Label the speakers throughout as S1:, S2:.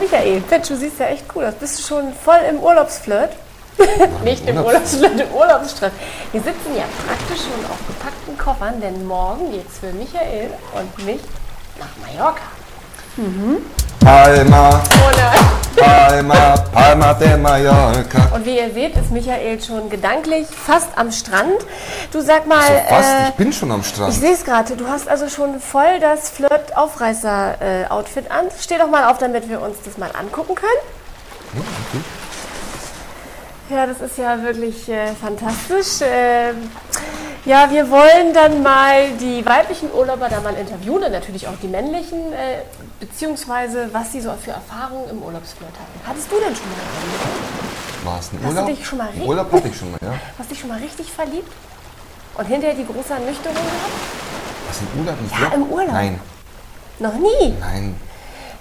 S1: Michael.
S2: Fitch, du siehst ja echt cool aus. Bist du schon voll im Urlaubsflirt? Nicht im Urlaubsflirt, im Urlaubsstrand. Wir sitzen ja praktisch schon auf gepackten Koffern, denn morgen geht's für Michael und mich nach Mallorca.
S3: Palma,
S2: Ohne.
S3: Palma, Palma de Mallorca.
S2: Und wie ihr seht, ist Michael schon gedanklich fast am Strand. Du sag mal,
S3: So fast,
S2: äh,
S3: ich bin schon am
S2: ich
S3: Strand.
S2: sehe es gerade, du hast also schon voll das Flirt-Aufreißer-Outfit an. Steh doch mal auf, damit wir uns das mal angucken können. Ja, das ist ja wirklich äh, fantastisch. Ähm, ja, wir wollen dann mal die weiblichen Urlauber da mal interviewen und natürlich auch die männlichen, äh, beziehungsweise was sie so für Erfahrungen im Urlaubsflirt hatten. Hattest du denn schon mal einen?
S3: War es ein
S2: du
S3: Urlaub?
S2: dich schon mal
S3: Einen
S2: re-
S3: Urlaub hatte ich schon mal, ja.
S2: Hast dich schon mal richtig verliebt? Und hinterher die große Ernüchterung gehabt?
S3: Was, ein Urlaub? Ein
S2: Ja, im Urlaub.
S3: Nein,
S2: Noch nie.
S3: nein.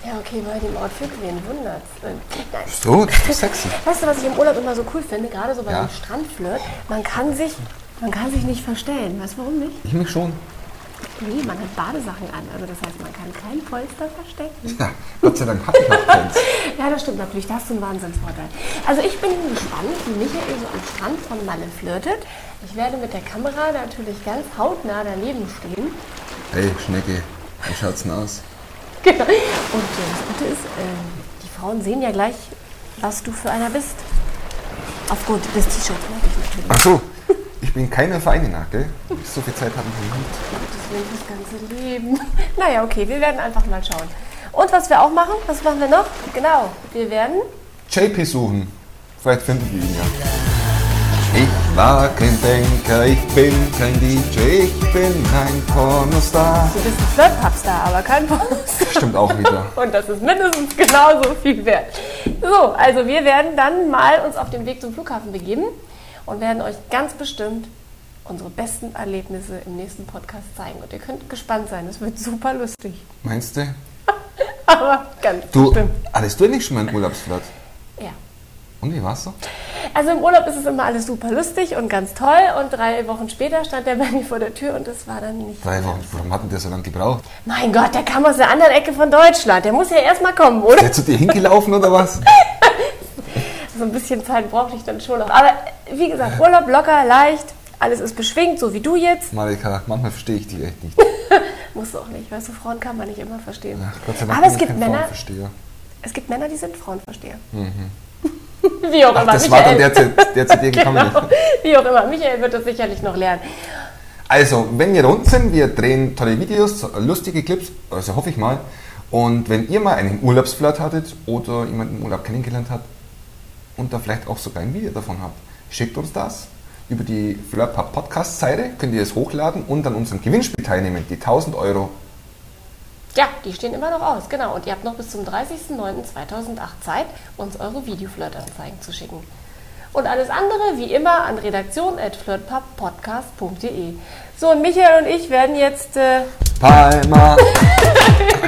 S2: Ja, okay, bei dem Outfit, wen wundert's? Ähm, Nein.
S3: So, das ist sexy.
S2: Weißt du, was ich im Urlaub immer so cool finde, gerade so bei
S3: Ja.
S2: dem Strandflirt? Man kann sich, man kann sich nicht verstellen. Weißt du, warum nicht?
S3: Ich mich schon.
S2: Nee, man hat Badesachen an. Also das heißt, man kann kein Polster verstecken.
S3: Ja, Gott sei Dank habe ich auch keins.
S2: Ja, das stimmt natürlich. Das ist ein Wahnsinnsvorteil. Also ich bin gespannt, wie Michael so am Strand von Malle flirtet. Ich werde mit der Kamera natürlich ganz hautnah daneben stehen.
S3: Hey, Schnecke, wie schaut's denn aus?
S2: Genau. Und äh, das Gute ist, äh, die Frauen sehen ja gleich, was du für einer bist. Aufgrund des T-Shirts ne? merke ich natürlich.
S3: Ach so, ich bin keiner Vereine nach, gell? So viel Zeit habe ich nicht.
S2: Deswegen das ganze Leben. Naja, okay, wir werden einfach mal schauen. Und was wir auch machen, was machen wir noch? Genau, wir werden
S3: JP suchen. Vielleicht finden wir ihn ja. Ich war kein Denker, ich bin kein DJ, ich bin ein Pornostar.
S2: Du bist ein Flirt-Popstar, aber kein Pornostar.
S3: Stimmt auch wieder.
S2: Und das ist mindestens genauso viel wert. So, also wir werden dann mal uns auf den Weg zum Flughafen begeben und werden euch ganz bestimmt unsere besten Erlebnisse im nächsten Podcast zeigen. Und ihr könnt gespannt sein, es wird super lustig.
S3: Meinst du?
S2: Aber ganz
S3: Du,
S2: bestimmt.
S3: hattest du eigentlich schon mal einen Urlaubsplatz?
S2: Ja.
S3: Und wie war's so?
S2: Also im Urlaub ist es immer alles super lustig und ganz toll. Und drei Wochen später stand der bei mir vor der Tür und es war dann nicht.
S3: Drei Wochen, warum hat denn der so lange gebraucht?
S2: Mein Gott, der kam aus der anderen Ecke von Deutschland. Der muss ja erstmal kommen, oder?
S3: Der zu dir hingelaufen oder was?
S2: So ein bisschen Zeit brauchte ich dann schon noch. Aber äh, wie gesagt, Urlaub locker, leicht, alles ist beschwingt, so wie du jetzt.
S3: Marika, manchmal verstehe ich dich echt nicht. ne?
S2: Musst du auch nicht, weißt du, Frauen kann man nicht immer verstehen.
S3: Ach, Gott sei Dank
S2: Aber
S3: bin
S2: es
S3: ich
S2: gibt
S3: kein
S2: Männer,
S3: Frauenversteher.
S2: es gibt Männer, die sind Frauenversteher. wie auch
S3: Mhm. Ach,
S2: immer,
S3: das war dann
S2: Michael.
S3: der, zu- der zu dir gekommen
S2: genau.
S3: ist.
S2: Wie auch immer, Michael wird das sicherlich noch lernen.
S3: Also, wenn wir rund sind, wir drehen tolle Videos, lustige Clips, also hoffe ich mal. Und wenn ihr mal einen Urlaubsflirt hattet oder jemanden im Urlaub kennengelernt habt und da vielleicht auch sogar ein Video davon habt, schickt uns das. Über die Flirtpub Podcast-Seite könnt ihr es hochladen und an unserem Gewinnspiel teilnehmen. Die 1000 Euro.
S2: Ja, die stehen immer noch aus, genau. Und ihr habt noch bis zum 30.09.2008 Zeit, uns eure Videoflirtanzeigen zu schicken. Und alles andere, wie immer, an redaktion.flirtpubpodcast.de. So, und Michael und ich werden jetzt, äh,
S3: Palma!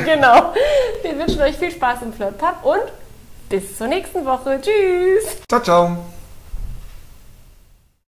S2: genau, wir wünschen euch viel Spaß im Flirtpub und bis zur nächsten Woche. Tschüss!
S3: Ciao, ciao!